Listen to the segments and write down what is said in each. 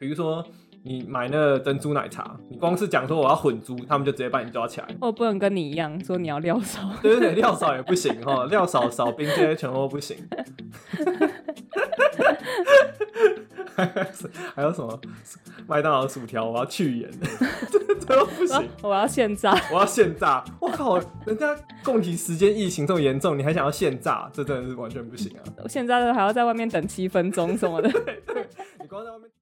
比如说你买那个珍珠奶茶，你光是讲说我要混珠，他们就直接把你抓起来。哦我不能跟你一样说你要料手，对对对，料少也不行哈，料少少冰这些全部都不行。还有什么麦当劳薯条，我要去盐， 这都不行。 我要现炸。我要现炸！我靠，人家供体时间疫情这么严重，你还想要现炸，这真的是完全不行啊！我现在都还要在外面等七分钟什么的。你光在外面。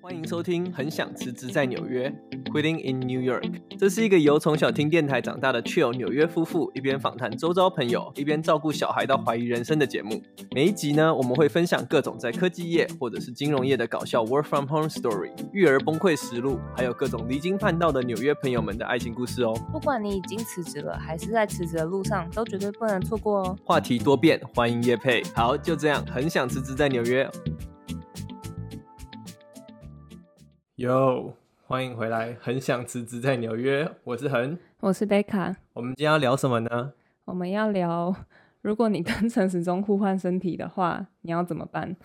欢迎收听《很想辞职在纽约》（Quitting in New York）。这是一个由从小听电台长大的 chill 纽约夫妇，一边访谈周遭朋友，一边照顾小孩到怀疑人生的节目。每一集呢，我们会分享各种在科技业或者是金融业的搞笑 work from home story、育儿崩溃实录，还有各种离经叛道的纽约朋友们的爱情故事哦。 不管你已经辞职了，还是在辞职的路上，都绝对不能错过哦。话题多变，欢迎叶配。好，就这样，很想辞职在纽约。Yo，欢迎回来，很想辞职在纽约，我是恒。我是贝卡，我们今天要聊什么呢？我们要聊，如果你跟陈时中互换身体的话，你要怎么办？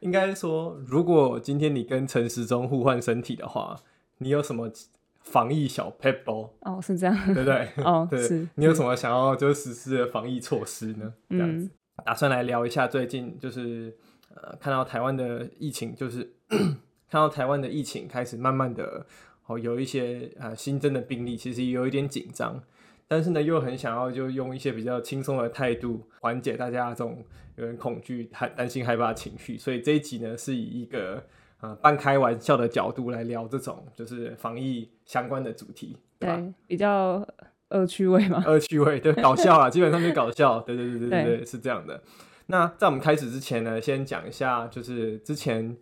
应该说，如果今天你跟陈时中互换身体的话，你有什么防疫小 p e b b l 哦，是这样。对不对？哦对是你有什么想要就是实施的防疫措施呢？这样子，嗯打算来聊一下最近就是呃，看到台湾的疫情，就是 看到台湾的疫情开始慢慢的哦，有一些呃新增的病例，其实也有一点紧张。但是呢，又很想要就用一些比较轻松的态度缓解大家这种有点恐惧、害担心、害怕的情绪，所以这一集呢是以一个呃半开玩笑的角度来聊这种就是防疫相关的主题，吧？ 对，比较恶趣味 嘛。恶趣味，对，搞笑啊，基本上就是搞笑，对对对对对对对，是这样的。那在我们开始之前呢，先讲一下，就是之前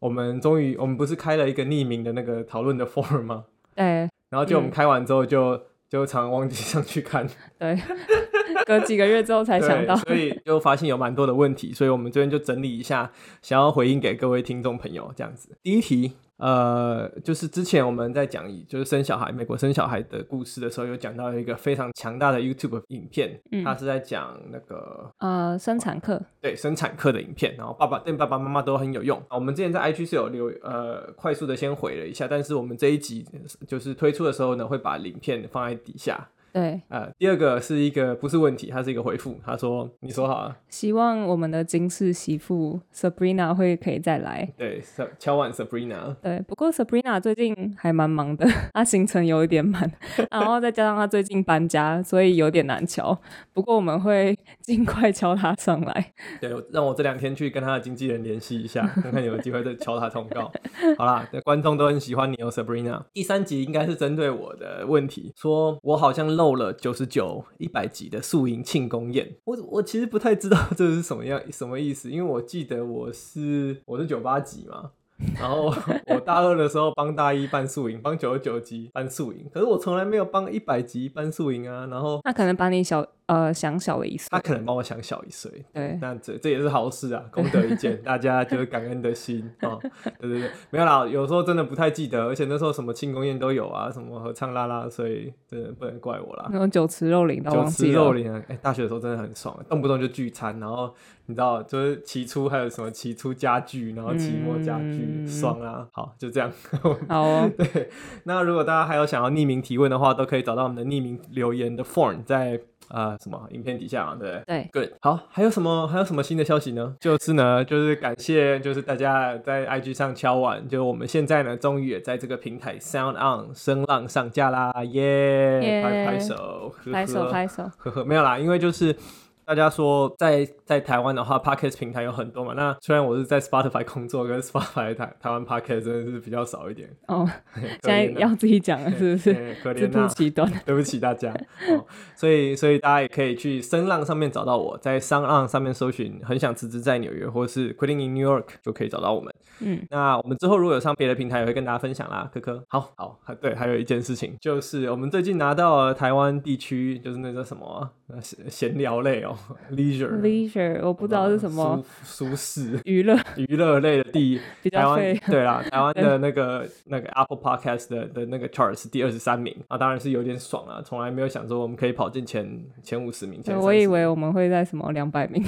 我们终于，我们不是开了一个匿名的那个讨论的 forum 吗？对然后就我们嗯开完之后就，就常忘记上去看，对， 隔几个月之后才想到对，。所 以就发现有蛮多的问题，所以我们这边就整理一下，想要回应给各位听众朋友这样子。第一题，呃，就是之前我们在讲以就是生小孩，美国生小孩的故事的时候，有讲到一个非常强大的 YouTube 影片，嗯它是在讲那个呃，生产课，对生产课的影片，然后爸爸对爸爸妈妈都很有用。啊我们之前在 IG 是有留呃快速的先回了一下，但是我们这一集就是推出的时候呢，会把影片放在底下。对，呃，第二个是一个不是问题，它是一个回复，他说你说好啊，希望我们的金氏媳妇 Sabrina 会可以再来。对，是敲碗 Sabrina。对，不过 Sabrina 最近还蛮忙的，她行程有一点满，然后再加上她最近搬家，所以有点难敲。不过我们会尽快敲她上来。对，我让我这两天去跟他的经纪人联系一下，看看有没有机会再敲他通告。 好啦，对观众都很喜欢你哦，Sabrina。第三集应该是针对我的问题，说我好像漏了九十九、一百集的宿营庆功宴。我我其实不太知道这是什么样什么意思，因为我记得我是我是九八级嘛。然后我大二的时候帮大一办宿营，帮九十九级办宿营，可是我从来没有帮一百级办宿营啊。然后那可能把你小呃想小了一岁他，可能帮我想小一岁，对那这这也是好事啊，功德一 件，大家就是感恩的心啊、哦。对对对，没有啦，有时候真的不太记得，而且那时候什么庆功宴都有啊，什么合唱啦啦，所以真的不能怪我啦。那种酒池肉林到酒嗯忘池记肉了。林啊，哎、大学的时候真的很爽，动不动就聚餐，然后你知道，就是期初还有什么期初家具，然后期末家具，嗯爽啊！好，就这样。 好哦，对，那如果大家还有想要匿名提问的话，都可以找到我们的匿名留言的 form，在呃什么影片底下嘛，对不对？ 对， Good，好，还有什么还有什么新的消息呢？就是呢，就是感谢就是大家在 IG 上敲碗，就是我们现在呢，终于也在这个平台 Sound On 声浪上架啦，耶、耶拍拍手，呵呵拍手 拍手，呵呵，没有啦，因为就是大家说在在台湾的话，Podcast 平台有很多嘛。那虽然我是在 Spotify 工作，跟 Spotify 台台湾 Podcast 真的是比较少一点，哦，现现在要自己讲了是不是？ 可自怜曝啊，其短， 对不起大家。哦、所以，所以大家也可以去声浪上面找到我，在声浪上面搜寻“很想辞职在纽约”或是 “Quitting in New York” 就可以找到我们。嗯，那我们之后如果有上别的平台，也会跟大家分享啦。科科，好好，还对，还有一件事情，就是我们最近拿到了台湾地区，就是那个什么啊呃闲闲聊类哦，哦，leisure 呃 leisure，我不知道是什么舒舒适娱乐娱乐类的第一。比台较湾费。对 啦，台湾的那个那个 Apple Podcast 的的那个 chart 是第二十三名啊，当然是有点爽啊，从来没有想说我们可以跑进前前五十名。前对我以30名为我们会在什么两百名、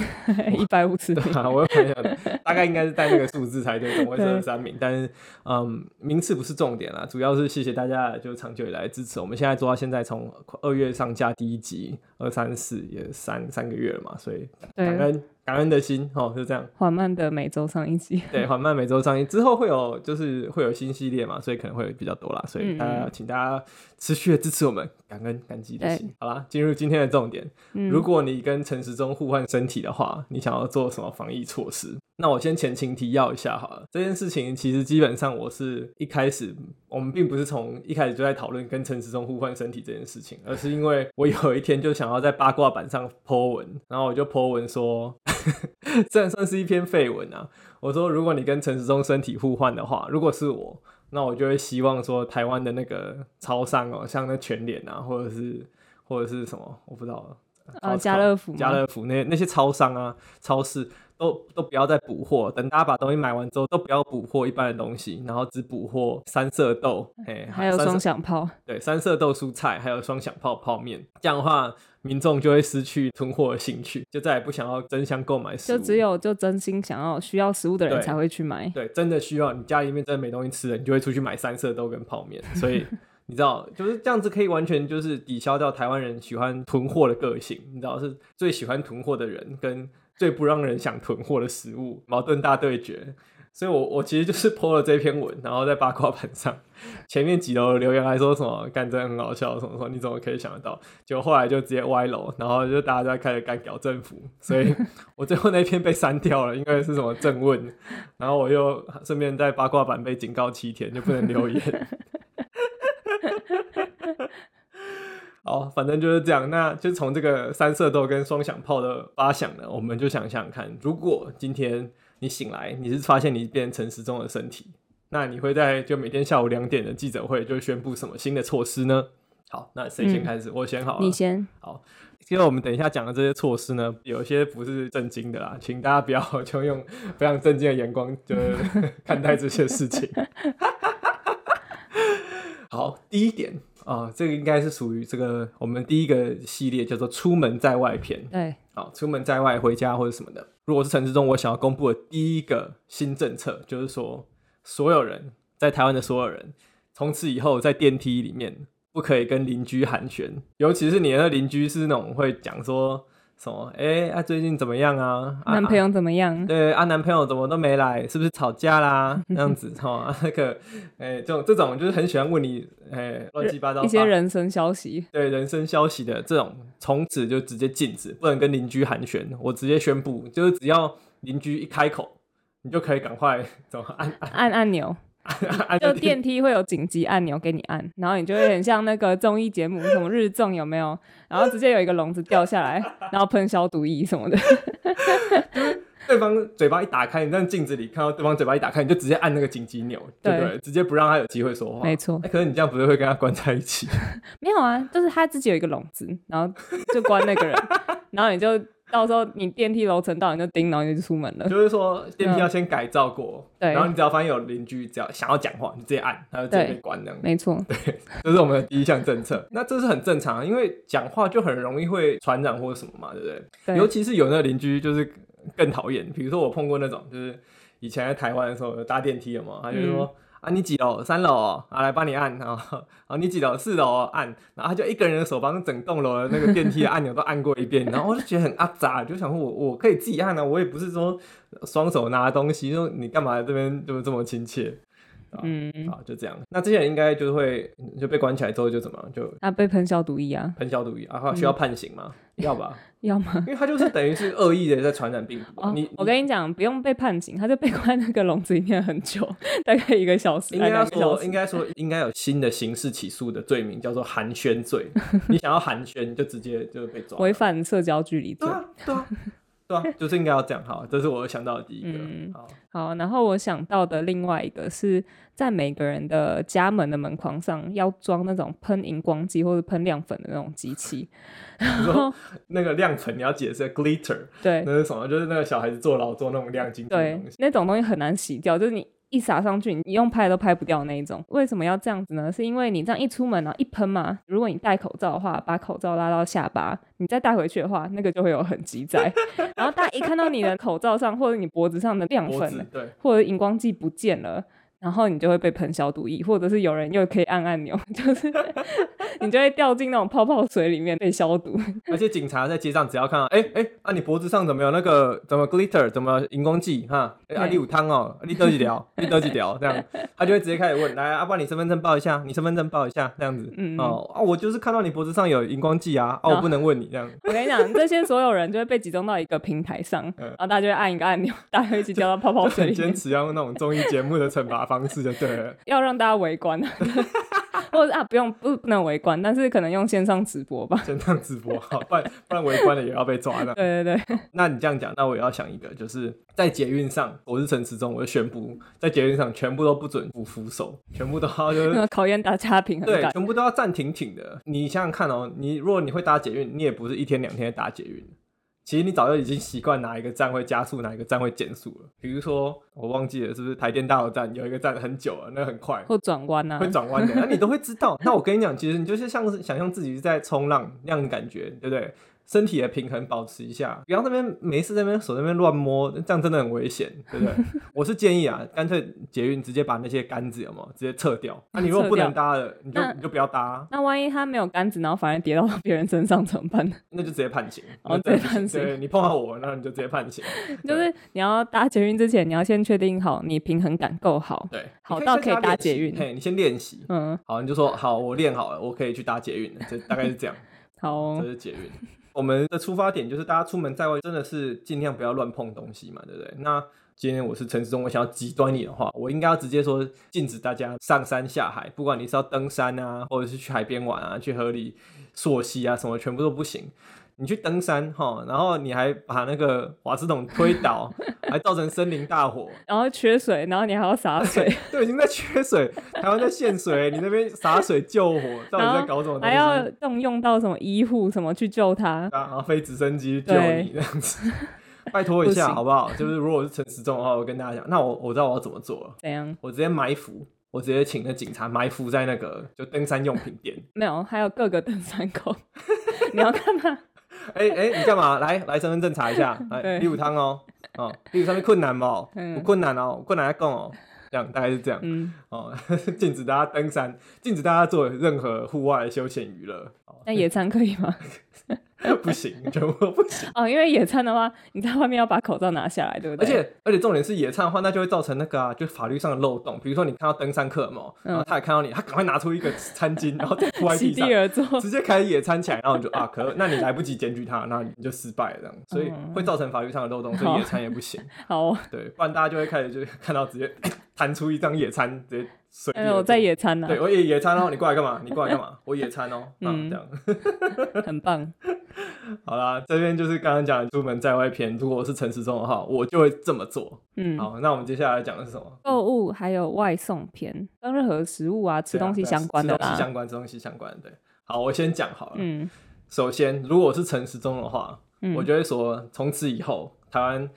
一百五十名 对，啊，我有朋友大概应该是带那个数字才对，总共是 对二三名。但是，嗯，名次不是重点啦，主要是谢谢大家就长久以来的支持。我们现在做到现在，从二月上架第一集，二三四也三三个月了嘛，所以感对，恩感恩的心哦，就这样。缓慢的每周上一集。对，缓慢每周上映之后会有就是会有新系列嘛，所以可能会比较多啦，所以大家、嗯请大家持续的支持我们，感恩感激的对心。好啦，进入今天的重点，嗯，如果你跟陈时中互换身体的话，你想要做什么防疫措施？那我先前情提要一下好了。这件事情其实基本上我是一开始我们并不是从一开始就在讨论跟陈时中互换身体这件事情，而是因为我有一天就想要在八卦版上 po 文，然后我就 po 文说，虽然算是一篇废文啊，我说如果你跟陈时中身体互换的话，如果是我。那我就会希望说，台湾的那个超商哦，像那全联啊，或者是或者是什么，我不知道，呃 Costco，家乐福吗家乐福那那些超商啊、超市都都不要再补货，等大家把东西买完之后，都不要补货一般的东西，然后只补货三色豆，哎，还有三色双响炮，对三色豆蔬菜，还有双响炮泡面。这样的话，民众就会失去囤货的兴趣，就再也不想要争相购买食物。就只有就真心想要需要食物的人对才会去买。对，真的需要你家里面真的没东西吃了，你就会出去买三色豆跟泡面，所以你知道就是这样子可以完全就是抵消掉台湾人喜欢囤货的个性，你知道是最喜欢囤货的人跟最不让人想囤货的食物矛盾大对决。所以我我其实就是泼了这篇文，然后在八卦版上，前面几楼的留言还说什么干真的很好笑，什么什么，你怎么可以想得到？结果后来就直接歪楼，然后就大家在开始干屌政府，所以我最后那篇被删掉了，因为是什么政问，然后我又顺便在八卦版被警告七天，就不能留言。好，反正就是这样。那就从这个三色豆跟双响炮的发想呢，我们就想想看，如果今天你醒来，你是发现你变成陈时中的身体，那你会在就每天下午两点的记者会就宣布什么新的措施呢？好，那谁先嗯开始？我先好了。你先，因为我们等一下讲的这些措施呢，有一些不是震惊的啦，请大家不要就用非常震惊的眼光就是 看待这些事情。 好，第一点啊、这个应该是属于这个我们第一个系列叫做“出门在外篇”。对，好，出门在外、回家或者什么的。如果是陈市中，我想要公布的第一个新政策，就是说，所有人在台湾的所有人，从此以后在电梯里面不可以跟邻居寒暄，尤其是你的那邻居是那种会讲说什么，哎、啊最近怎么样啊？啊男朋友怎么样？对啊，男朋友怎么都没来，是不是吵架 啦？那样子哈、啊那个，哎、这种这种就是很喜欢问你，哎、乱七八糟一些八人生消息，对人生消息的这种，从此就直接禁止，不能跟邻居寒暄。我直接宣布，就是只要邻居一开口，你就可以赶快怎么按按按 按钮，按按就电电梯会有紧急按钮给你按，然后你就会很像那个综艺节目什么日综有没有？然后直接有一个笼子掉 下来，然后喷消毒液什么的。对方嘴巴一打开，你在镜子里看到对方嘴巴一打开，你就直接按那个紧急钮，对不对对？直接不让他有机会说话。没错哎可是你这样不是会跟他关在一起？没有啊，就是他自己有一个笼子，然后就关那 个人，然后你就到时候你电梯楼层到你就叮，然后你就出门 了。就是说电梯要先改造过，嗯对然后你只要发现有邻居只要想要讲话，你直接按，他就直接被对关这样子。没错，这是我们的第一项政策。那这是很正常，啊因为讲话就很容易会传染或者什么嘛，对不对？对尤其是有那个邻居就是更讨厌，比如说我碰过那种，就是以前在台湾的时候有搭电梯有嘛，他就说。啊，你几楼？三楼哦、 啊，来帮你按啊！啊，你几楼？四楼、哦、按，然后他就一个人的手帮整栋楼的那个电梯的按钮都按过一遍，然后我就觉得很阿杂，就想说我我可以自己按啊，我也不是说双手拿东西，说你干嘛这边就这么亲切？啊嗯，好，就这样。那这些人应该就会就被关起来之后就怎么样就啊，被喷消毒液啊，喷消毒液啊？需要判刑吗？要 吧，要吗？因为他就是等于是恶意的在传染病毒啊。哦你，你我跟你讲，不用被判刑，他就被 关在那个笼子里面很久，大概一个小时，应哎该要两个小说，应时。该说，应该有新的刑事起诉的罪名叫做寒 暄罪。你想要寒暄，你就直接就被抓。违反社交距离罪 对，啊，对啊。对啊，就是应该要这样。好，这是我想到的第一个。嗯好，好，然后我想到的另外一个是在每个人的家门的门框上要装那种喷荧光剂或者喷亮粉的那种机器。你说那个亮粉，你要解释 glitter 对那是什么？就是那个小孩子坐牢做那种亮晶晶的对东西，。那种东西很难洗掉，就是你一撒上去，你用拍都拍不掉那一种。为什么要这样子呢？是因为你这样一出门啊，一喷嘛，如果你戴口罩的话，把口罩拉到下巴，你再戴回去的话，那个就会有痕 迹在。然后大家一看到你的口罩上或者你脖子上的亮脖子粉，对，或者荧光剂不见了，然后你就会被喷消毒液，或者是有人又可以按按钮， 就是你就会掉进那种泡泡水里面被消毒。而且警察在街上只要看到，哎、哎、啊你脖子上怎么有那个怎么 glitter 怎么荧光剂哈？哎、啊对你有汤哦，你得几条，你得几条这样，他就会直接开始问，来阿爸你身份证报一下，你身份证报一下这样子，嗯哦啊我就是看到你脖子上有荧光剂啊，啊然我后不能问你这样， 我跟你讲，这些所有人就会被集中到一个平台上，嗯然后大家就会按一个按钮，大家会一起掉到泡泡就水很里坚面，持要用那种综艺节目的惩罚方式就对了，要让大家围观。啊 或者是啊，不用不不能围观，但是可能用线上直播吧。先当直播好，不然不然围观的也要被抓的。对对对，那你这样讲，那我也要想一个，就是在捷运上，我是陈时中，我就宣布在捷运上全部都不准不扶手，全部都要就是那 考验大家平衡对，感。全部都要站挺挺的。你想想看哦，你如果你会搭捷运，你也不是一天两天搭捷运，其实你早就已经习惯哪一个站会加速，哪一个站会减速了。比如说，我忘记了是不是台电大楼站有一个站很久了，那很快。或转弯啊会，转 弯的，那你都会知道。那我跟你讲，其实你就是像是想象自己在冲浪那样的感觉，对不对？身体的平衡保持一下，不要那边没事在那边手在那边乱摸，这样真的很危险，对 不对？我是建议啊，干脆捷运直接把那些杆子有没有直接撤 掉。那、你如果不能搭了，你就那你就不要搭啊，那万一他没有杆子，然后反而跌到别人身上怎么办？那就直接判刑。哦那真的直接判刑对你碰到我，那你就直接判刑。 就是你要搭捷运之前，你要先确定好你平衡感够好。 对，好你到先可以练搭习捷运嘿，你先练习。嗯，好，你就说好，我练好了，我可以去搭捷运了，就大概是这样。好哦、这是捷运。 我们的出发点就是大家出门在外真的是尽量不要乱碰东西嘛，对不对？那今天我是陈世忠，我想要极端一点的话，我应该要直接说禁止大家上山下海，不管你是要登山啊，或者是去海边玩啊，去河里溯溪啊，什么全部都不行。你去登山哈，然后你还把那个瓦斯桶推倒，还造成森林大火，然后缺水，然后你还要洒 水，都已经在缺水，台湾在限水，你那边洒水救火，到然底后在搞什么东还西？要动用到什么医护什么去救他。啊，然后飞直升机救对你这样子， 拜托一不下行好不好？就是如果我是陈时中的话，我跟大家讲，那我我知道我要怎么做了，怎样？我直接埋伏，我直接请那警察埋伏在那个就登山用品店。没有，还有各个登山口， 你要干嘛？哎哎、你干嘛？来来身份证查一 下，来对第五汤哦，哦，第五上面困难不？嗯不困难哦，困难要供哦。这样大概是这样、嗯，哦， 禁止大家登山，禁止大家做任何户外休闲娱乐，哦、 那野餐可以吗？ 不行，全部都不行。哦，因为野餐的话，你在外面要把口罩拿下来，对不而对？且而且重点是野餐的话，那就会造成那个啊，就法律上的漏洞。比如说你看到登山客有没有，然后他也看到你，他赶快拿出一个餐巾， 然后再铺在席地上嗯地，而坐，直接开始野餐起来，然后你就啊，可恶那你来不及检举他，那你就失败了这样，所以嗯会造成法律上的漏洞，所以好野餐也不行。好哦，对，不然大家就会开始就看到直接哎弹出一张野餐，直接随地而哎，坐。我在野餐呢、对，我野野餐哦，你过来干嘛？你过来干嘛？我野餐哦，嗯，嗯这样。很棒。好啦，这边就是刚刚讲的出门在外篇，如果我是陈时中的话，我就会这么做。嗯，好，那我们接下来讲的是什么？购物还有外送篇，跟任何食物啊、吃对啊东西对啊相关的吃东西啦。相关，吃东西相关的。对，好，我先讲好了。嗯首先，如果我是陈时中的话，嗯，我就会说，从此以后，台湾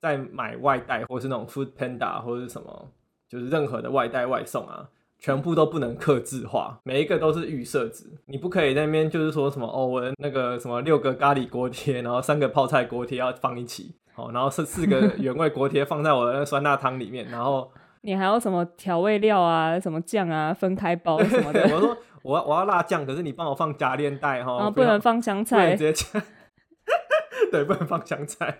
在买外带或是那种 Food Panda 或是什么，就是任何的外带外送啊。全部都不能克制化，每一个都是预设值，你不可以在那边就是说什么哦，我的那个什么六个咖喱锅贴，然后三个泡菜锅贴要放一起，哦，然后是四个 原味锅贴放在我的那个酸辣汤里面，然后你还有什么调味料啊、什么酱啊，分开包什么对 的，我说我要我要辣酱，可是你帮我放夹链袋然哈，后哦不哦不要能放香不能菜直，接加， 对，不能放香菜，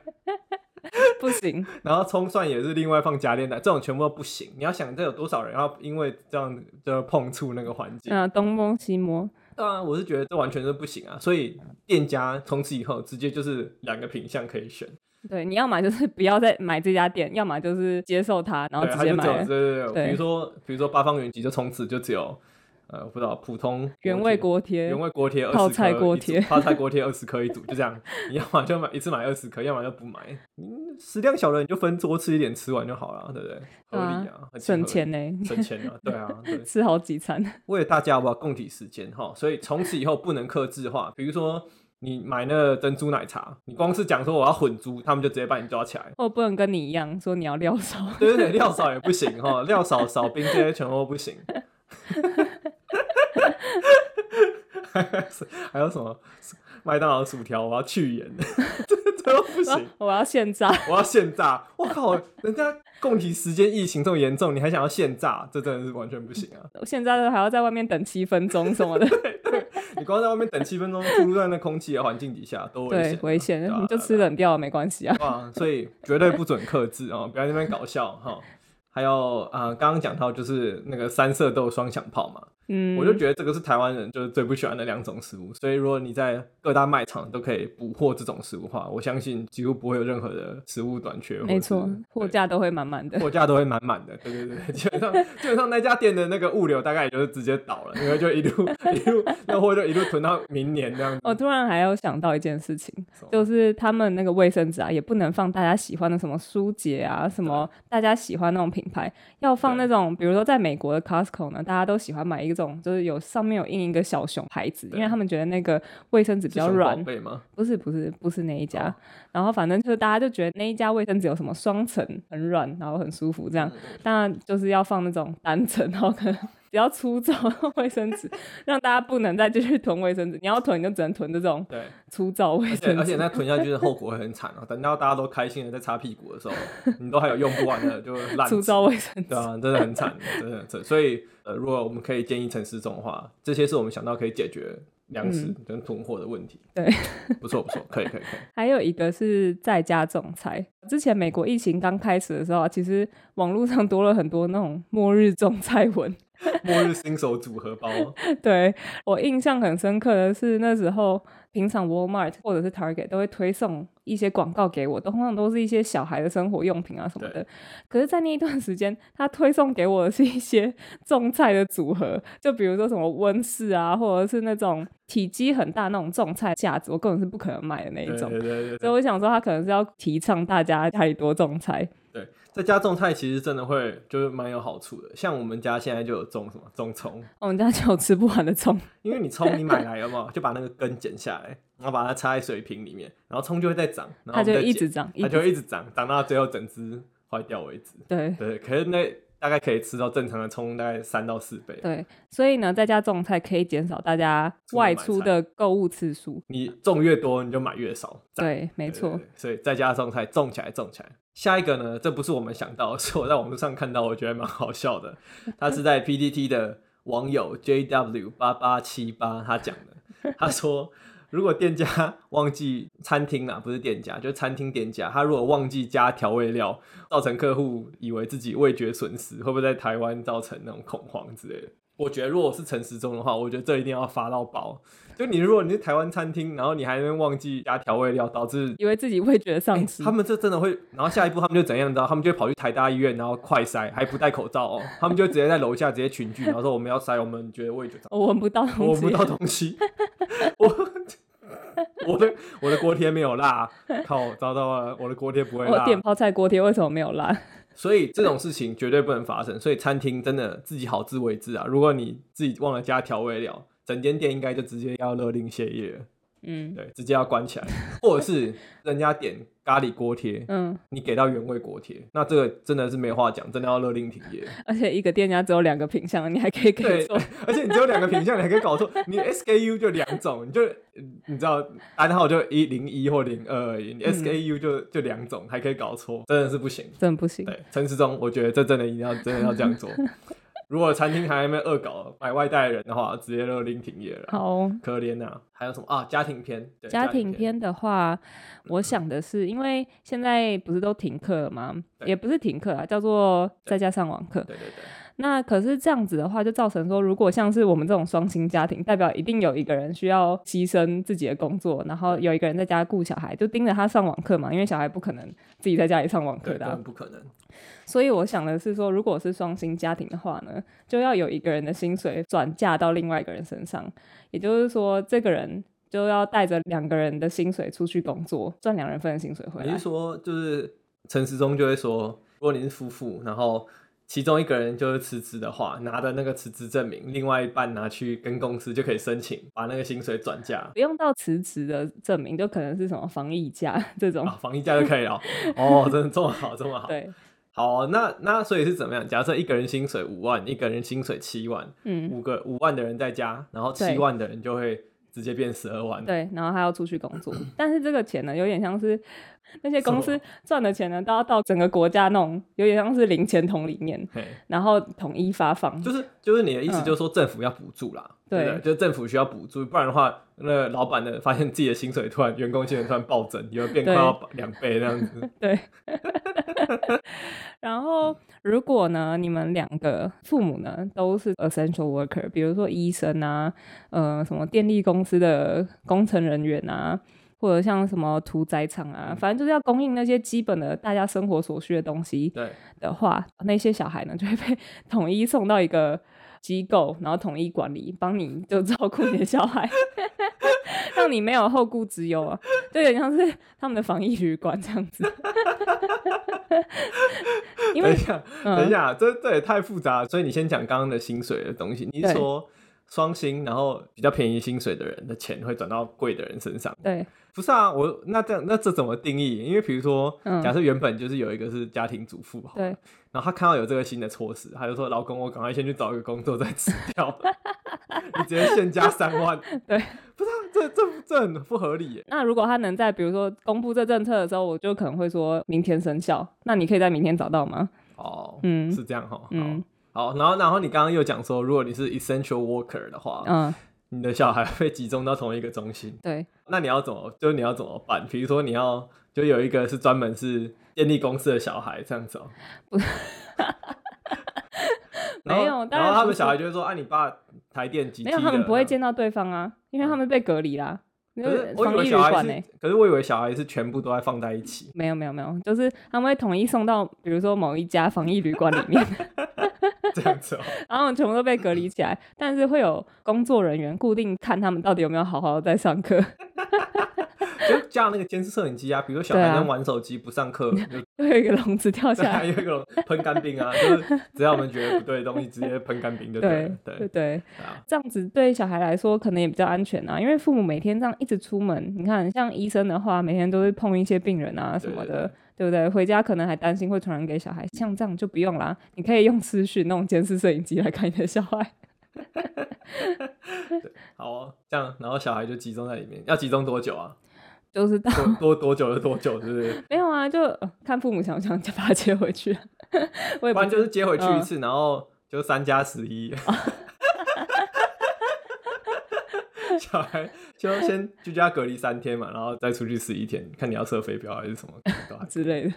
不行。然后葱蒜也是另外放夹链袋，这种全部都不行。你要想，这有多少人要因为这样就碰触那个环境？那东摸西摸，当然，我是觉得这完全是不行啊。所以店家从此以后直接就是两个品相可以选，对，你要么就是不要再买这家店，要么就是接受它，然后对，啊直他接就只买有对了。对对，对比如说比如说八方云集就从此就只有呃，我不知道普通原味锅锅贴，贴原味锅贴二十泡菜锅贴 泡菜锅贴二十颗一组，就这样， 你要么就买一次买二十颗，要么就不买。嗯，食量小的你就分多吃一点，吃完就好了，对不对？合理啊，很省亲和钱力。呢、省钱啊，对 啊，对，吃好几餐。为了大家好不好共体时间哈，所以从此以后不能克制化。比如说你买那个珍珠奶茶，你光是讲说我要混珠，他们就直接把你抓起来。哦我不能跟你一样说你要料 少，对对对，料少也不行哈，料少少冰这些全部都不行。还有什么麦当劳薯条，我要去盐，这这都不行。我要现炸。我要现炸！我靠，人家共体时间疫情这么严重，你还想要现炸，这真的是完全不行啊！现在都还要在外面等七分钟什么的，你光在外面等七分钟，暴露在那空气的环境底下，多危险对啊！，危险对啊，你就对啊吃。冷掉没关系啊。对啊，所以绝对不准克制哦，不要在那边搞笑哈、还有啊、呃刚刚讲到就是那个三色豆双响炮嘛，嗯，我就觉得这个是台湾人就是最不喜欢的两种食物。所以如果你在各大卖场都可以捕获这种食物的话，我相信几乎不会有任何的食物短缺。或者没是错，货对架都会满满的。 货架都会满满的，对对对，基本上基本上那家店的那个物流大概也就是直接倒了，因为就一路一路那货就一路囤到明年这样子。我突然还有想到一件事情什么，哦就是他们那个卫生纸啊，也不能放大家喜欢的什么舒洁啊，什么大家喜欢那种品牌，要放那种，比如说在美国的 Costco 呢，大家都喜欢买一种，就是有上面有印一个小熊牌子，对因为他们觉得那个卫生纸比是较熊软宝，贝吗？不是不是不是那一家，哦然后反正就是大家就觉得那一家卫生纸有什么双层很软，然后很舒服这样，嗯当然就是要放那种单层，然后可能比较粗糙的卫生纸， 让大家不能再继续囤卫生纸。你要囤你就只能囤这种对，粗糙卫而且而生且纸。那囤下去的 后果会很惨啊！等到大家都开心的在擦屁股的时候，你都还有用不完的就烂 粗纸糙卫生纸对，啊，真的很惨， 真的很惨。所以呃，如果我们可以建议城市中的话，这些是我们想到可以解决粮食跟囤货的问题。嗯对，不错不错，可以可以可以。 还有一个是在家种菜。之前美国疫情刚开始的时候啊，其实网络上多了很多那种末日种菜文， 末日新手组合包，对我印象很深刻的是，那时候平常 Walmart 或者是 Target 都会推送一些广告给我，通常都是一些小孩的生活用品啊什么的。可是，在那一段时间，他推送给我的是一些 种菜的组合，就比如说什么温室啊，或者是那种体积很大那种种菜架子，我根本是不可能 买的那一对种。对对所以对我想说，他可能是要提倡大家家里多种菜，对，在家种菜其实真的会就是蛮有好处的。像我们家现在就有种什么种葱，我哦们家就有吃不完的葱。因为你葱你买来了 嘛，就把那个根剪下来，然后把它插在水瓶里面，然后葱就会再长，然后它我们就再一剪直长，一它直就会一直长，长到最后整只坏掉为止。对，对，可是那大概可以吃到正常的葱大概三到四倍。对，所以呢，在家种菜可以减少大家出门外买出菜的购物次数。你种越多，你就买越少。赞，对，没对错对。对所以在家种菜，种起来，种起来。下一个呢，这不是我们想到的， 是我在网络上看到，我觉得蛮好笑的。他是 在 PTT 的网友 JW 八八七八他讲的，他说。如果店家忘记餐厅啊，不是店家，就是餐厅店家，他如果忘记加调味料，造成客户以为自己味觉损失，会不会在台湾造成那种恐慌之类的？我觉得如果是陈时中的话，我觉得这一定要发到爆。就你如果你是台湾餐厅，然后你还能忘记加调味料，导致以为自己味觉丧哎失他，们这真的会，然后下一步他们就怎样，你知道？他们就会跑去台大医院，然后快筛，还不戴口罩哦，他们就直接在楼下直接群聚，然后说我们要筛，我们觉得味觉我闻不到东西，我闻不 到东西， 我我的我的锅贴没有辣，靠，糟糕了，我的锅贴不会我辣，点泡菜锅贴为什么没有辣？所以这种事情绝对不能发生。所以餐厅真的自己好自为之啊！如果你自己忘了加调味料，整间店应该就直接要勒令歇业了，嗯对，直接要关起来，或者是人家点咖喱锅贴，嗯，你给到原味锅贴，那这个真的是没话讲，真的要勒令停业。而且一个店家只有两个品相，你还可以给对错。，而且你只有两个品相，你还可以搞错。你 SKU 就两种，你就嗯你知道单号就一零一或零二而已，嗯你 SKU 就、就两种，还可以搞错，真的是不行。真的不行，对，陈时中，我觉得这真的一定要真的要这 样做。如果餐厅还在那边恶搞买外带的人的话，直接勒令停业了，好哦。可怜呐、还有什么啊？家庭片，对家庭庭片的话，我想的是，因为现在不是都停课了吗？对也不是停课啊，叫做在家上网课。对对对，那可是这样子的话，就造成说，如果像是我们这种双薪家庭，代表一定有一个人需要牺牲自己的工作，然后有一个人在家顾小孩，就盯着他上网课嘛，因为小孩不可能自己在家里上网课对，的当啊、然不可能。所以我想的是说，如果是双薪家庭的话呢，就要有一个人的薪水转嫁到另外一个人身上，也就是说，这个人就要带着两个人的薪水出去工作，赚两人份的薪水回你来是。说，就是陈时中就会说，如果你是夫妇，然后其中一个人就是辞职的话，拿的那个辞职证明，另外一半拿去跟公司就可以申请，把那个薪水转嫁不用到辞职的证明，就可能是什么防疫假这种。啊，防疫假就可以了。哦，真的这么好，这么好。对，好，哦那那所以是怎么样？假设一个人薪水五万，一个人薪水七万，嗯，五个五万的人在家，然后对七万的人就会直接变十二万。对，然后他要出去 工作，但是这个钱呢，有点像是那些公什司么赚的钱呢，都要到整个国家弄，有点像是零钱桶里面，嘿，然后统一发放。就是就是你的意思，嗯就是说政府要补助啦，对对不对，就是政府需要补助，不然的话，那个老板的发现自己的薪水突然员工薪水突然暴增，有变快对要两倍这样子。对。然后，如果呢，你们两个父母呢都是 essential worker，比如说医生啊，呃，什么电力公司的工程人员啊，或者像什么屠宰场啊，反正就是要供应那些基本的大家生活所需的东西对，的话，那些小孩呢就会被 统一送到一个。机构，然后统一管理，帮你就照顾你的小孩， 让你没有后顾之忧啊，就有点像是他们的防疫旅馆这样子。 因等为一下，嗯等一下，这这也太复杂了，所以你先讲刚刚的薪水的东西。你是对说双薪，然后比较便宜薪水的人的钱会转到贵的人身上？对不是啊，我那这样那这怎么定义？因为比如说，嗯假设原本就是有一个是家庭主妇好了，对，然后她看到有这个新的措施，她就说：“老公，我赶快先去找一个工作再辞掉， 你直接现加三万。”对，不是啊，这这这很不合理耶。那如果他能在比如说公布这政策的时候，我就可能会说明天生效，那你可以在明天找到吗？哦，嗯是这样哈。好嗯好，然后然后你刚刚又讲说，如果你是 essential worker 的话，嗯，你的小孩被集中到同一个中心，对那你要怎么？就是你要怎么办？比如说你要就有一个是专门是电力公司的小孩这样子哦、不 然后没有当然然后他不们是小孩就会说：“啊，你爸台电几？”没有他们不会。见到对方啊，因为他们被隔离啦，就嗯可是我以防为疫旅小孩馆欸是，呢、可是我以为小孩是全部都在放在一起。没有没有没有，就是他们会统一送到，比如说某一家防疫旅馆里 面，这样子哦、然后全部都被隔离起来，但是会有工作人员固定看他们到底有没有好好在上课， 就加那个监视摄影机啊，比如说小对孩啊在玩手机不上 课，就会有一个笼子掉下还来，有一种喷干冰啊，就是只要我们觉得不对的东西，直接喷干冰就对了。对对对。对啊，这样子对小孩来说可能也比较安全啊，因为父母每天这样一直出门，你看像医生的话，每天都会碰一些病人啊什么的，对不对？回家可能还担心会传染给小孩，像这样就不用啦，你可以用视讯那种监视摄影机来看你的小孩。 好、哦，这样，然后小孩就集中在里面，要集中多久啊？就是到多多多久就多久，是不是？没有啊，就、呃看父母想不想 就把他接回去、我也不不嗯然就是接回去一次，然后就三加十 一。小孩就先居家隔离三天嘛，然后再出去十一天，看你要射飞镖还是什么都还之类的。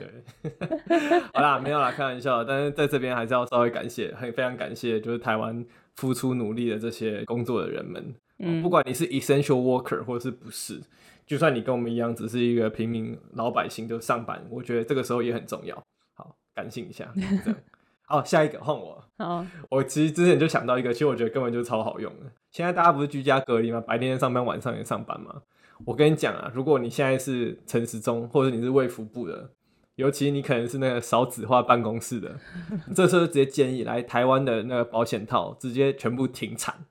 对， 好啦，没有啦，开玩笑的。但是在这边还是要稍微感谢，很非常感谢，就是台湾付出努力的这些工作的人们。哦嗯不管你是 essential worker 或者是不是，就算你跟我们一样只是一个平民老百姓，就上班，我觉得这个时候也很重要。好，感性一下，这样。好，下一个换我。好，我其实之前就想到一个，其实我觉得根本就超好用的。现在大家不是居家隔离吗？白天上班，晚上也上班吗？我跟你讲啊，如果你现在是陈时中，或者你是卫福部的，尤其你可能是那个少子化办公室的，这时候就直接建议来台湾的那个保险套直接全部停产，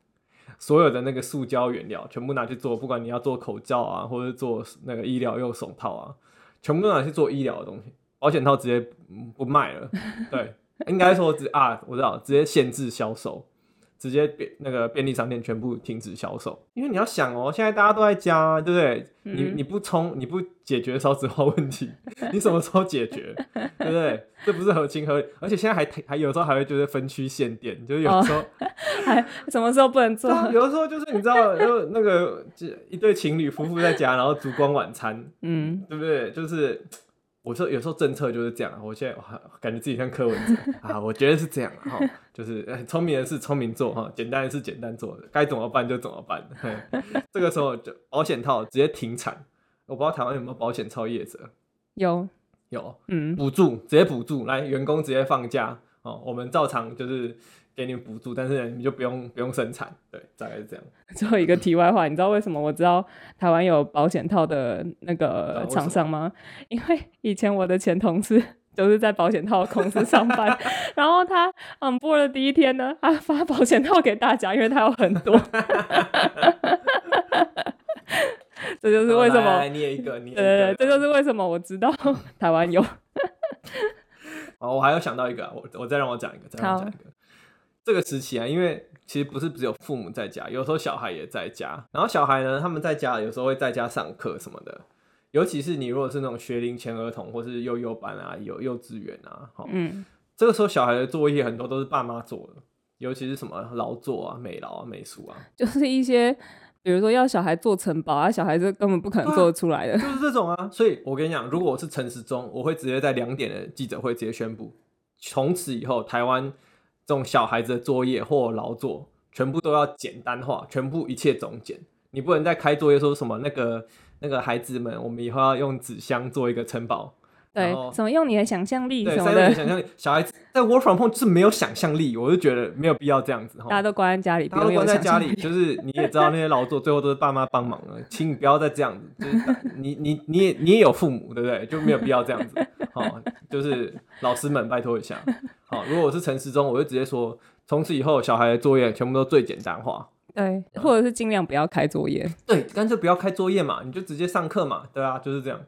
所有的那个塑胶原料全部拿去做，不管你要做口罩啊，或者做那个医疗用手套啊，全部都拿去做医疗的东西，保险套直接嗯不卖了。对，应该说直啊，我知道，直接限制销售，直接便那个便利商店全部停止销售，因为你要想哦，现在大家都在家、啊，对不对？你嗯你不冲，你不解决少子化问题， 你什么时候解决？对不对？这不是合情合理，而且现在还还有时候还会就是分区限电，就是有哦时候。还什么时候不能做对？啊，有的时候就是你知 道，就那个就一对情侣夫妇在家，然后烛光晚餐，嗯，对不对？就是我说有时候政策就是这样啊，我现在哇感觉自己像柯文哲 啊，我觉得是这样啊哈、就是哎聪明的事聪明做哈、简单的事简单做，该怎么办就怎么办。嘿这个时候就保险套直接停产，我不知道台湾有没有保险套业者，有，有嗯，补助直接补助，来员工直接放假哦，我们照常就是给你们补助，但是你就不用不用生产，对，大概是这样。最后一个题外话，你知道为什么我知道台湾有保险套的那啊为个什厂么商吗？因为以前我的前同事 就是在保险套公司上班，然后他 on board 的第一天呢，他发保险套给大家，因为他有很 多。这就是为什来么来，你也一个，你也一呃，个这就是为什么我知道 台湾有。哦，我还有想到一个啊，我我再让我讲一个，再让我好讲一个。这个时期啊，因为其实不是只有父母在家，有时候小孩也在家。然后小孩呢，他们在家有时候会在家上课什么的。尤其是你如果是那种学龄前儿童，或是幼幼班啊、有幼稚园啊，好、嗯，这个时候小孩的作业很多都是爸妈做的，尤其是什么劳作啊、美劳啊、美术啊，就是一些，比如说要小孩做城堡啊，小孩子根本不可能对啊做得 出 来的。就是这种啊。所以我跟你讲，如果我是陈时中，我会直接在两点的记者会直接宣布，从此以后台湾这种小孩子的作业或劳作，全部都要简单化，全部一切总简。你不能再开作业说什么那个那个孩子们，我们以后要用纸箱做一个城堡，对然，后什么用你的想象力哦对，什三么有点，的想象力。小孩子在 work from home 就是没有想象力，我就觉得没有必要这样子哈。大家都关在家里，不他都用有关在想家象里，力。就是你也知道那些劳作最后都是爸妈帮忙了，请你不要再这样子。就是你你你也你也有父母，对不对？就没有必要这样子。好、就是老师们拜托一下。好、如果我是陈时中，我就直接说，从此以后小孩的作业全部都最简单化。对，嗯或者是尽量不要开作业。对，干脆不要开作业嘛，你就直接上课嘛，对啊，就是这样。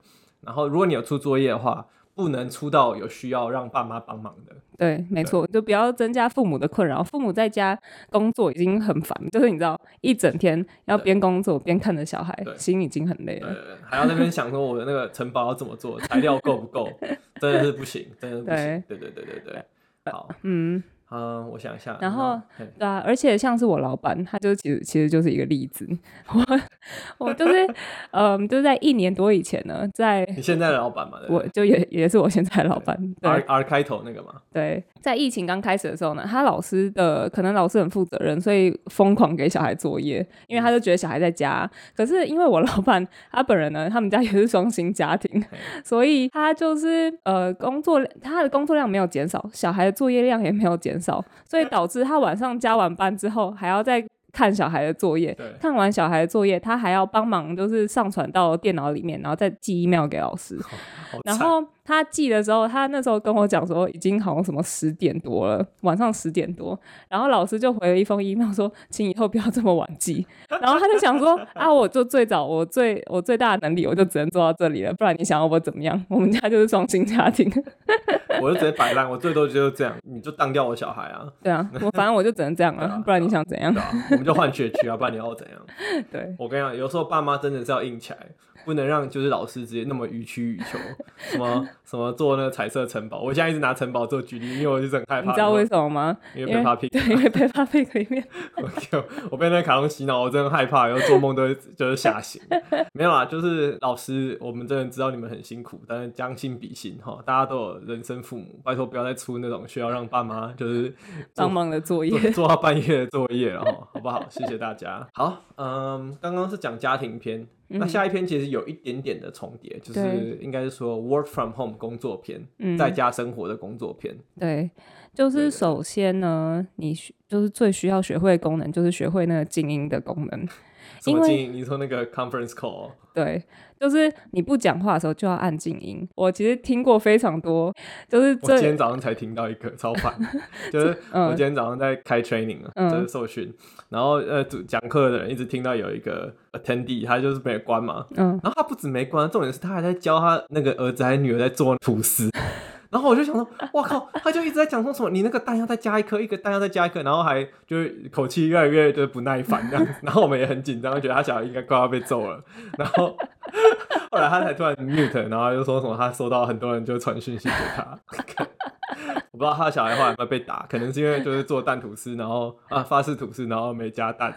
然后如果你有出作业的话，不能出到有需要让爸妈帮忙的。对，没错，就不要增加父母的困扰。父母在家工作已经很烦，就是你知道，一整天要对边工作边看着小孩，对心已经很累了。呃，还要在那边想说我的那个城堡要怎么做，材料够不 够，真的是不行，真的是不行。对对对对对，好，嗯，嗯，我想一下，然后嘿对啊，而且像是我老板，他就其实其实就是一个例子。 我我就是，嗯，就在一年多以前呢，在你现在的老板嘛，对不我对就也也是我现在的老板，对， R R 开头那个嘛，对，在疫情刚开始的时候呢，他老师的可能老师很负责任，所以疯狂给小孩作业，因为他就觉得小孩在家。可是因为我老板他本人呢，他们家也是双薪家庭，所以他就是呃工作他的工作量没有减少，小孩的作业量也没有减少，所以导致他晚上加完班之后还要再。看小孩的作业对，看完小孩的作业，他还要帮忙，就是上传到电脑里面，然后再寄 email 给老师。好然惨后他寄的时候，他那时候跟我讲说，已经好像什么十点多了，晚上十点多。然后老师就回了一封 email 说，请以后不要这么晚寄。然后他就想说，啊，我就最早，我最我最大的能力，我就只能做到这里了，不然你想要我怎么样？我们家就是双薪家庭， 我就直接摆烂，我最多就是这样，你就当掉我小孩啊， 对啊，我反正我就只能这样了、对啊不然你想怎样对？吧、我们就换学区啊，不然你要我怎样？ 对。我跟你讲，有时候爸妈真的是要硬起来，不能让就是老师直接那么予取予求， 什么什么做那个彩色城堡，我现在一直拿城堡做举例，因为我就是很害怕，你知道为什么吗？因为被怕 p 对，因为 Peppa Pig 里 面，我就 我被那个卡通洗脑，我真的害怕，然后做梦都会就是吓 醒。没有啦，就是老师，我们真的知道你们很辛苦，但是将心比心哈，大家都有人生父母，拜托不要再出那种需要让爸妈就是帮忙的作业做，做到半夜的作业了哈，好不好？谢谢大家。好，嗯，刚刚是讲家庭篇，那下一篇其实有一点点的重叠，就是嗯对应该是说 work from home 工作篇，嗯在家生活的工作篇。对，就对是首先呢，你需就是最需要学会的功能，就是学会那个静音的功能。什么因为经营？你说那个 conference call，对，就是你不讲话的时候就要按静音。我其实听过非常多，就是 我今这天早上才听到一个超 烦，就是嗯我今天早上在开 training 啊，嗯就是受训，然后呃主讲课的人一直听到有一个 attendee，他就是没关嘛，嗯，然后他不止没关，重点是他还在教他那个儿子还是女儿在做吐 司。然后我就想说，哇靠！他就一直在讲说什么，你那个蛋要再加一颗，一个蛋要再加一颗，然后还就是口气越来越就是不耐烦这样子。 然后我们也很紧张，觉得他小孩应该快要被揍了。然后后来他才突然 mute，然后他就说什么他收到很多人就传讯息给他，我不知道他的小孩后来有没有被打，可能是因为就是做蛋吐司，然后啊法式吐司，然后没加蛋，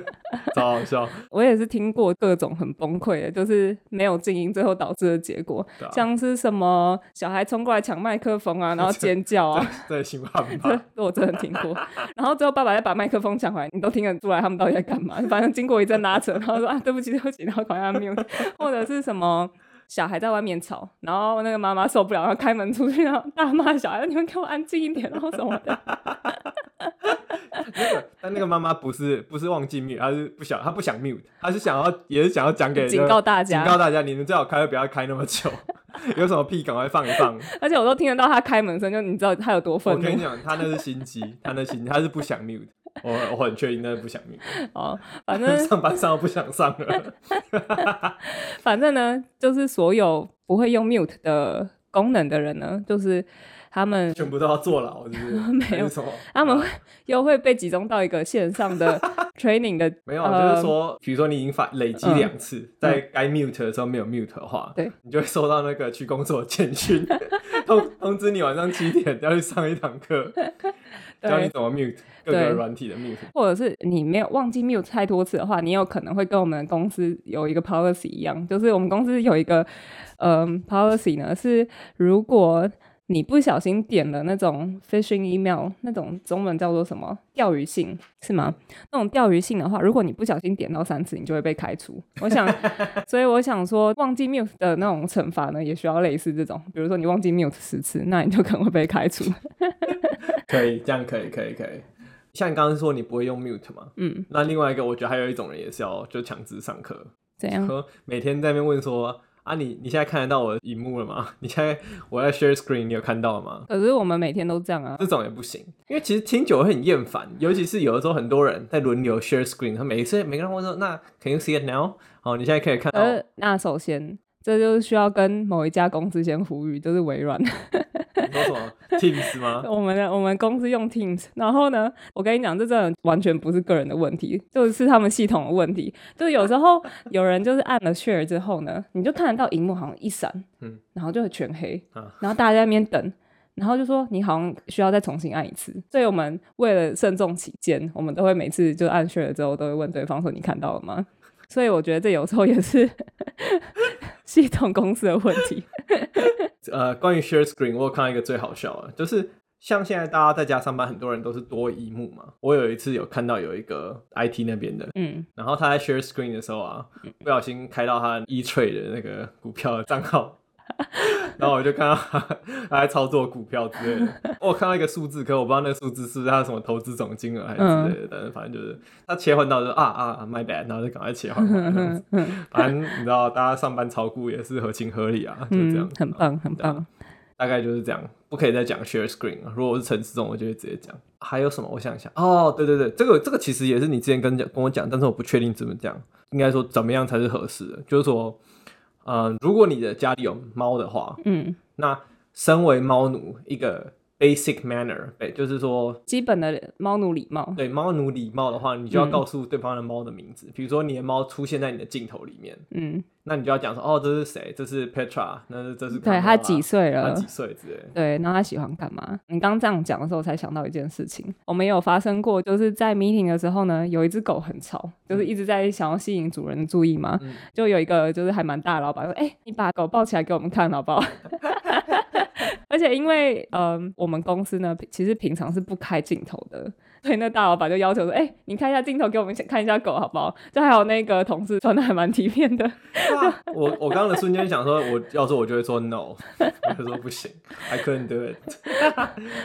超好笑。我也是听过各种很崩溃的，就是没有静音最后导致的结果，对啊像是什么小孩冲过来抢麦克风啊，然后尖叫啊，对，辛巴很这棒。这我真的听过。然后最后爸爸再把麦克风抢回来，你都听得出来他们到底在干嘛。反正经过一阵拉扯，然后说啊对不起对不起，然后赶快按 mute，或者是什么。小孩在外面吵，然后那个妈妈受不了，然后开门出去，然后大骂小孩：“你们给我安静一点！”然后什么的，那个但那个妈妈不是不是忘记 mute，她是不想她不想 mute，她是想要也是想要讲给警告大警家。告大家，你们最好开会不要开那么久， 有什么屁赶快放一 放。而且我都听得到他开门声，就你知道他有多我愤跟你怒讲，他那是心机，他那心机他是不想 mute，我我很确定那是不想 mute， 哦。反正 上班上到不想上了。反正呢，就是所有不会用 mute 的功能的人呢，就是他们全部都要坐牢，是不是？ 没有还是什么？他们会又会被集中到一个线 上的 training 的，没有，啊呃嗯就是说，比如说你已经发累积两次，在该 mute 的时候没有 mute 的话，对，你就会收到那个去工作的简讯， 通通知你晚上七点要去上一堂 课，教你对，怎么 mute 各个对软体的 mute。或者是你没有忘记 mute 太多次的话，你有可能会跟我们公司有一个 policy 一样，就是我们公司有一个嗯 policy 呢，是如果你不小心点了那种 phishing email，那种中文叫做什么钓鱼信是吗？那种钓鱼信的话，如果你不小心点到三次，你就会被开除。我想，所以我想说，忘记 mute 的那种惩罚呢，也需要类似这种，比如说你忘记 mute 十次，那你就可能会被开除。可以，这样可以，可以，可以。像你刚刚说你不会用 mute 嘛？嗯，那另外一个，我觉得还有一种人也是要就强制上课，怎样？说每天在那边问说啊你，你现在看得到我的荧幕了吗？ 你现在我在 share screen，你有看到吗？可是我们每天都这样啊。这种也不行，因为其实听久了会很厌烦，尤其是有的时候很多人在轮流 share screen，他每一次每个人会说那 Can you see it now？好，你现在可以看到，呃，那首先，这就是需要跟某一家公司先呼吁，就是微软。你说什么 Teams 吗？ 我们的我们公司用 Teams，然后呢，我跟你讲，这真的完全不是个人的问题，就是他们系统的问题。就是有 时候有人就是按了 Share 之后呢，你就看得到荧幕好像一闪，嗯然后就全黑，啊然后大家在那边等。然后就说你好像需要再重新按一次，所以我们为了慎重起见，我们都会每次就按 share 之后都会问对方说你看到了吗？所以我觉得这有时候也 是系统公司的问题。呃，关于 share screen，我有看到一个最好笑的，就是像现在大家在家上班，很多人都是多荧幕嘛。我有一次有看到有一个 IT 那边的，嗯，然后他在 share screen 的时候啊，不小心开到他 E Trade 的那个股票的账号， 然后我就看到他他在操作股票之类的。我看到一个数字，可我不知道那个数字是不是他什么投资总金额还是之类的，但是反正就是他切换到就啊啊，my bad，然后就赶快切换回来这样子。反正你知道，大家上班炒股也是合情合理啊，就这样啊嗯，，很棒，很棒。大概就是这样。不可以再讲 share screen 了。如果我是陈思忠，我就会直接讲。还有什么？我想一想。哦，对对对，这个这个其实也是你之前跟讲跟我讲，但是我不确定怎么讲。应该说怎么样才是合适的？就是说，呃，如果你的家里有猫的话，嗯，那身为猫奴，一个 basic manner，对，就是说基本的猫奴礼貌。对猫奴礼貌的话，你就要嗯告诉对方的猫的名字。比如说你的猫出现在你的镜头里面，嗯，那你就要讲说，哦，这是谁？这是 Petra，那是这是对 Kamala，他几岁他了几？岁之类的。对，然后他喜欢干嘛？你刚这样讲的时候，我才想到一件事情，我们也有发生过，就是在 meeting 的时候呢，有一只狗很吵，就是一直在想要吸引主人的注意嘛。嗯就有一个就是还蛮大的老板说：“哎、你把狗抱起来给我们看好 不好？”而且因为嗯，我们公司呢，其实平常是不开镜头的，所以那大老板就要求说：“哎、你开一下镜头给我们看一下狗好不好？”就还有那个同事穿的还蛮体面的，对啊 我我刚刚的瞬间想说，我要是我就会说 no，我就说不行，I couldn't do it。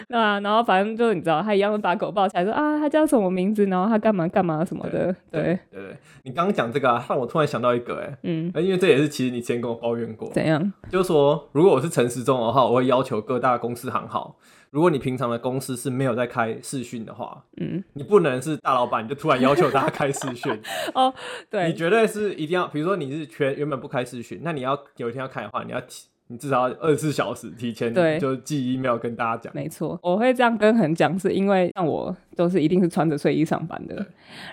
对啊，然后反正就你知道，他一样把狗抱起来说啊，他叫什么名字，然后他干嘛干嘛什么的，对，对对，你刚刚讲这个、啊，让我突然想到一个、欸，嗯，哎，因为这也是其实你之前跟我抱怨过，怎样？就是说如果我是陈时中的话，我会要求各大公司行号，如果你平常的公司是没有在开视讯的话，嗯，你不能是大老板你就突然要求大家开视讯，哦，你 对，绝对是一定要，比如说你是全原本不开视讯，那你要有一天要开的话，你要提，你至少要二十四小时提前对就寄 email 跟大家讲。没错，我会这样跟很讲，是因为像我都是一定是穿着睡衣上班的。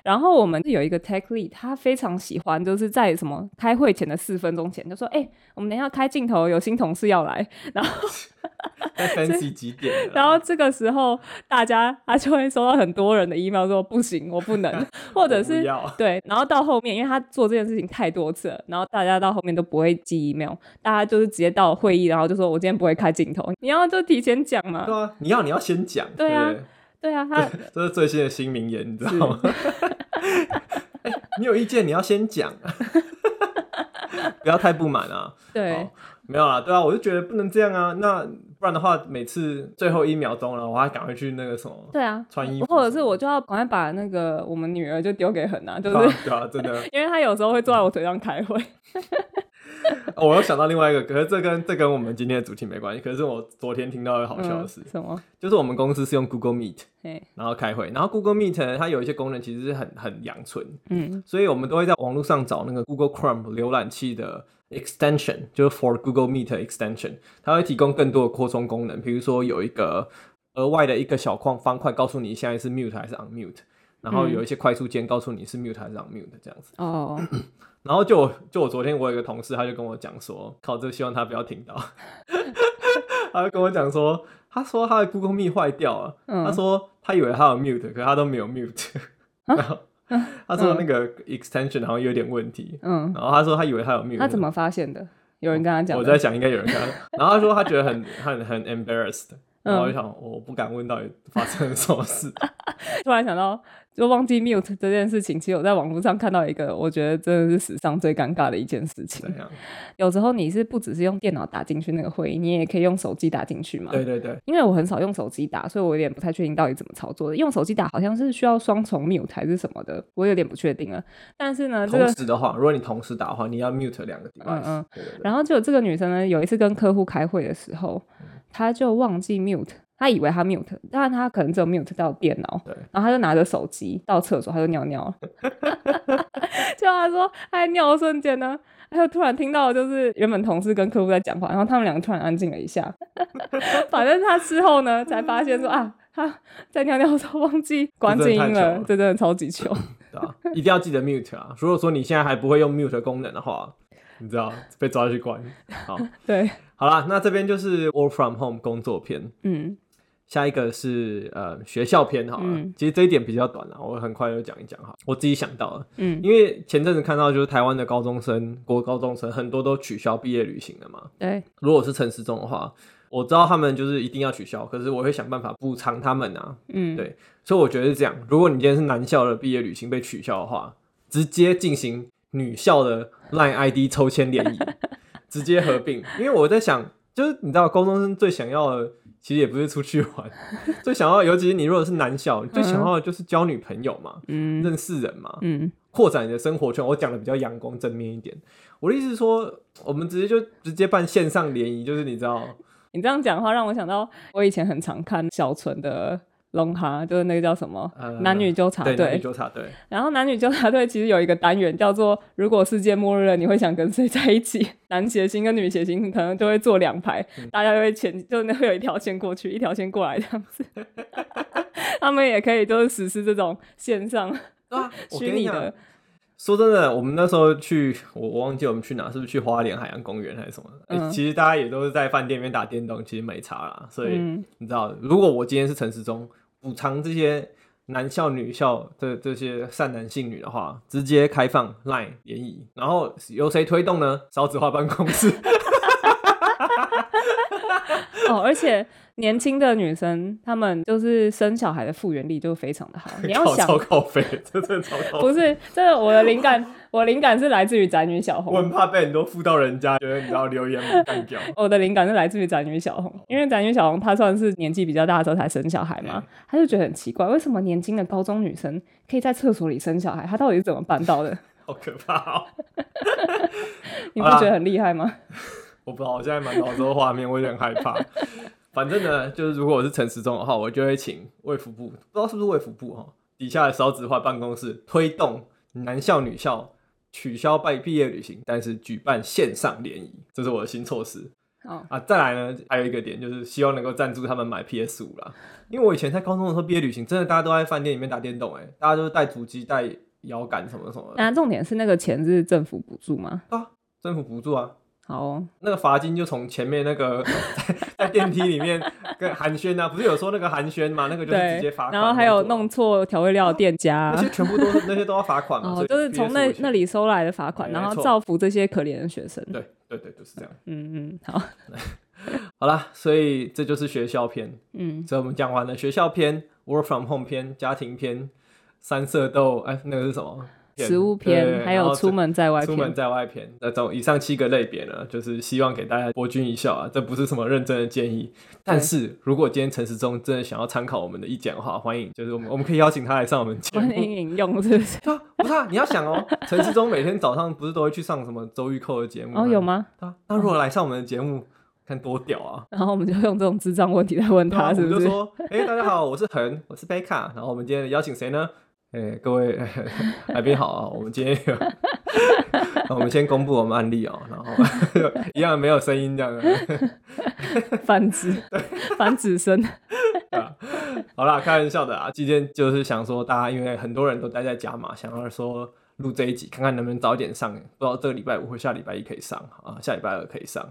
然后我们有一个 tech lead，他非常喜欢就是在什么开会前的四分钟前就说：“哎、我们等一下开镜头，有新同事要来。”然后在 fancy 几点了？然后这个时候，大家他就会收到很多人的 email 说不行，我 不能，或者我不是要 对。然后到后面，因为他做这件事情太多次了，然后大家到后面都不会寄 email，大家就是直接到会议，然后就说我今天不会开镜头，你要就提前讲嘛对。啊，你要你要先讲，对啊不对对啊，他这是最新的新名言，你知道 吗？哎你有意见，你要先 讲，不要太不满啊。对哦，没有啦，对啊，我就觉得不能这样啊。那不然的话，每次最后一秒钟了，我还赶快去那个什么，对啊，穿衣服或者是我就要赶快把那个我们女儿就丢给恒啊，就是、对啊，对啊，真的。因为他有时候会坐在我腿上开会。哦我又想到另外一个，可是这跟这跟我们今天的主题没关系。可是我昨天听到一个好笑的事，嗯、什么？就是我们公司是用 Google Meet，哎，然后开会，然后 Google Meet 呢，它有一些功能其实是很很阳春，嗯，所以我们都会在网络上找那个 Google Chrome 浏览器的 extension，就是 for Google Meet extension，它会提供更多的扩充功能，比如说有一个额外的一个小框方块，告诉你现在是 mute 还是 unmute，然后有一些快速键告诉你是 mute 还是 unmute 这样子。哦，然后就我就我昨天我有一个同事，他就跟我讲说，靠，这个希望他不要听到， 他就跟我讲说，他说他的 Google Meet 坏掉了。嗯，他说他以为他有 mute，可是他都没有 mute，然啊后他说那个 extension 好像有点问题，嗯，然后他说他以为他有 mute，他怎？么发现的？有人跟他讲我的，在想应该有人看，然后他说他觉得很很很 embarrassed，然嗯后我就想我不敢问到底发生了什么事，突然想到，就忘记 mute 这件事情，其实我在网络上看到一个，我觉得真的是史上最尴尬的一件事情 怎。样？有时候你是不只是用电脑打进去那个会议，你也可以用手机打进去嘛。对对对，因为我很少用手机打，所以我有点不太确定到底怎么操作的。用手机打好像是需要双重 mute 还是什么的，我有点不确定了。但是呢，这同个时的话，如果你同时打的话，你要 mute 两个 device，嗯对对对，然后就有这个女生呢，有一次跟客户开会的时候，她就忘记 mute，她以为她 mute，但她可能只有 mute 到电脑对，然后她就拿着手机到厕所，她就尿尿了。 就她说，她在尿的瞬间呢。她就突然听到，就是原本同事跟客户在讲话，然后他们两个突然安静了一下。 反正她事后呢，才发现说啊，她在尿尿的时候忘记关静音这真的太糗了了，这真的超级糗。 对啊，一定要记得 mute 啊。如果说你现在还不会用 mute 功能的话，你知道被抓去关。好，对，好啦，那这边就是 work from home 工作篇。嗯下一个是呃学校篇好了，嗯其实这一点比较短啦，我很快就讲一讲哈。我自己想到了，嗯，因为前阵子看到就是台湾的高中生、国高中生很多都取消毕业旅行了嘛。对，如果是陈时中的话，我知道他们就是一定要取消，可是我会想办法补偿他们啊。嗯对所以我觉得是这样，如果你今天是男校的毕业旅行被取消的话，直接进行女校的 Line ID 抽签 联谊，直接合并。因为我在想，就是你知道，高中生最想要的其实也不是出去 玩，最想要的，尤其是你如果是男校，你最想要的就是交女朋友嘛，嗯认识人嘛，嗯扩展你的生活圈。我讲的比较阳光正面一点。我的意思是说，我们直接就直接办线上联谊，就是你知道，你这样讲话让我想到，我以前很常看小纯的《龙哈》，就是那个叫什么、呃男女纠察对，男女队》。纠察队。然后男女纠察队其实有一个单元叫做“如果世界末日了，你会想跟谁在一起？” 男谐星跟女谐星可能就会坐两排，嗯大家就会前就那会有一条线过去，一条线过来这样子。 他们也可以就是实施这种线上对啊，我虚跟你拟讲的，说真的，我们那时候去，我我忘记我们去哪，是不是去花莲海洋公园还是什么的、诶嗯其实大家也都是在饭店里面打电动，其实没差啦。所以、嗯你知道，如果我今天是陈时中，补偿这些男校、女校的这些善男信女的话，直接开放 LINE 联谊，然后由谁推动呢？少子化办公室，哦，而且年轻的女生她们就是生小孩的复原力就非常 的好。 你要靠想超靠肥，真的超靠 不肥。是，这个我的灵感，我灵感是来自于宅女小我很红。怕被很多妇道人家觉得你知道留言不干掉，我的灵感是来自于宅女小红，因为宅女小红她算是年纪比较大的时候才生小孩嘛嗯，她就觉得很奇怪，为什么年轻的高中女生可以在厕所里生小孩？她到底是怎么办到的？ 好可怕哦！你不好啦觉得很厉 害吗？我不知道，我现在满脑子都画面，我有点害怕。反正呢，就是如果我是陈时中的话，我就会请卫福部，不知道是不是卫福部哈、哦，底下的少子化办公室推动男校女校取消办毕业旅行，但是举办线上联谊，这是我的新措施。哦，啊，再来呢，还有一个点就是希望能够赞助他们买 PS 五啦。因为我以前在高中的时候毕业旅行，真的大家都在饭店里面打电动、欸，哎，大家都是带主机、带摇杆什么什么的，那重点是那个钱是政府补助吗？政府补助啊。好哦，那个罚金就从前面那 个在在电梯里面跟寒暄啊，不是有说那个寒暄嘛，那个就是直接对罚，款那种。哦然后还有弄错调味料的店家啊、那些全部都是那些都要罚款嘛，所哦，以就是毕业从那是无那钱里收来的罚款，没然后错造福这些可怜的学生。对对对，就是这样。嗯嗯，好，好啦，所以这就是学校篇。嗯，所以我们讲完了学校篇、work from home 篇、家庭篇、三色豆，哎，那个是什么？篇食物对对篇然还有后出门在外出门篇，在外篇，那总以上七个类别呢，就是希望给大家博君一笑啊，这不是什么认真的建议。但是如果今天陈时中真的想要参考我们的意见的话，欢迎，就是我们我们可以邀请他来上我们节欢目。迎引用是不是？对啊，不是啊，你要想哦，陈时中每天早上不是都会去上什么周玉蔻的节目哦，有？吗？对啊，那如果来上我们的节目，看多屌啊！然后我们就用这种智障问题来问对啊他，是我不？们就是说，哎、大家好，我是恒，我是贝卡，然后我们今天邀请谁呢？哎、各位 来宾好啊，我们今天有， 我们先公布我们案例哦，然后 一样没有声音这样的，繁殖， 繁殖生，好啦，开玩笑的啊，今天就是想说，大家因为很多人都待在家嘛，想要说录这一集，看看能不能早点上，不知道这个礼拜五或下礼拜一可以上啊，下礼拜二可以上，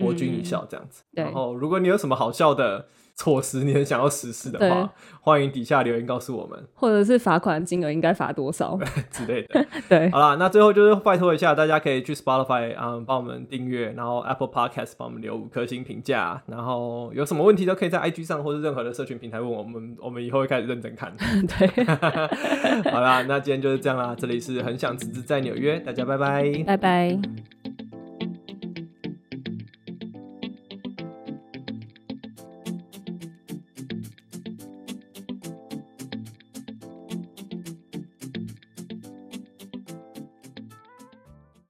博君一笑这样子。嗯对然后，如果你有什么好笑的措施，你很想要实施的对话，欢迎底下留言告诉我们。或者是罚款金额应该罚 多少？之类的。对， 好啦，那最后就是拜托一下，大家可以去 Spotify 啊、帮我们订阅，然后 Apple Podcast 帮我们留五颗星评价，然后有什么问题都可以在 IG 上或是任何的社群平台问我们，我们以后会开始认真看。 对，好啦，那今天就是这样啦，这里是很想辞职在纽约，大家拜拜。拜拜。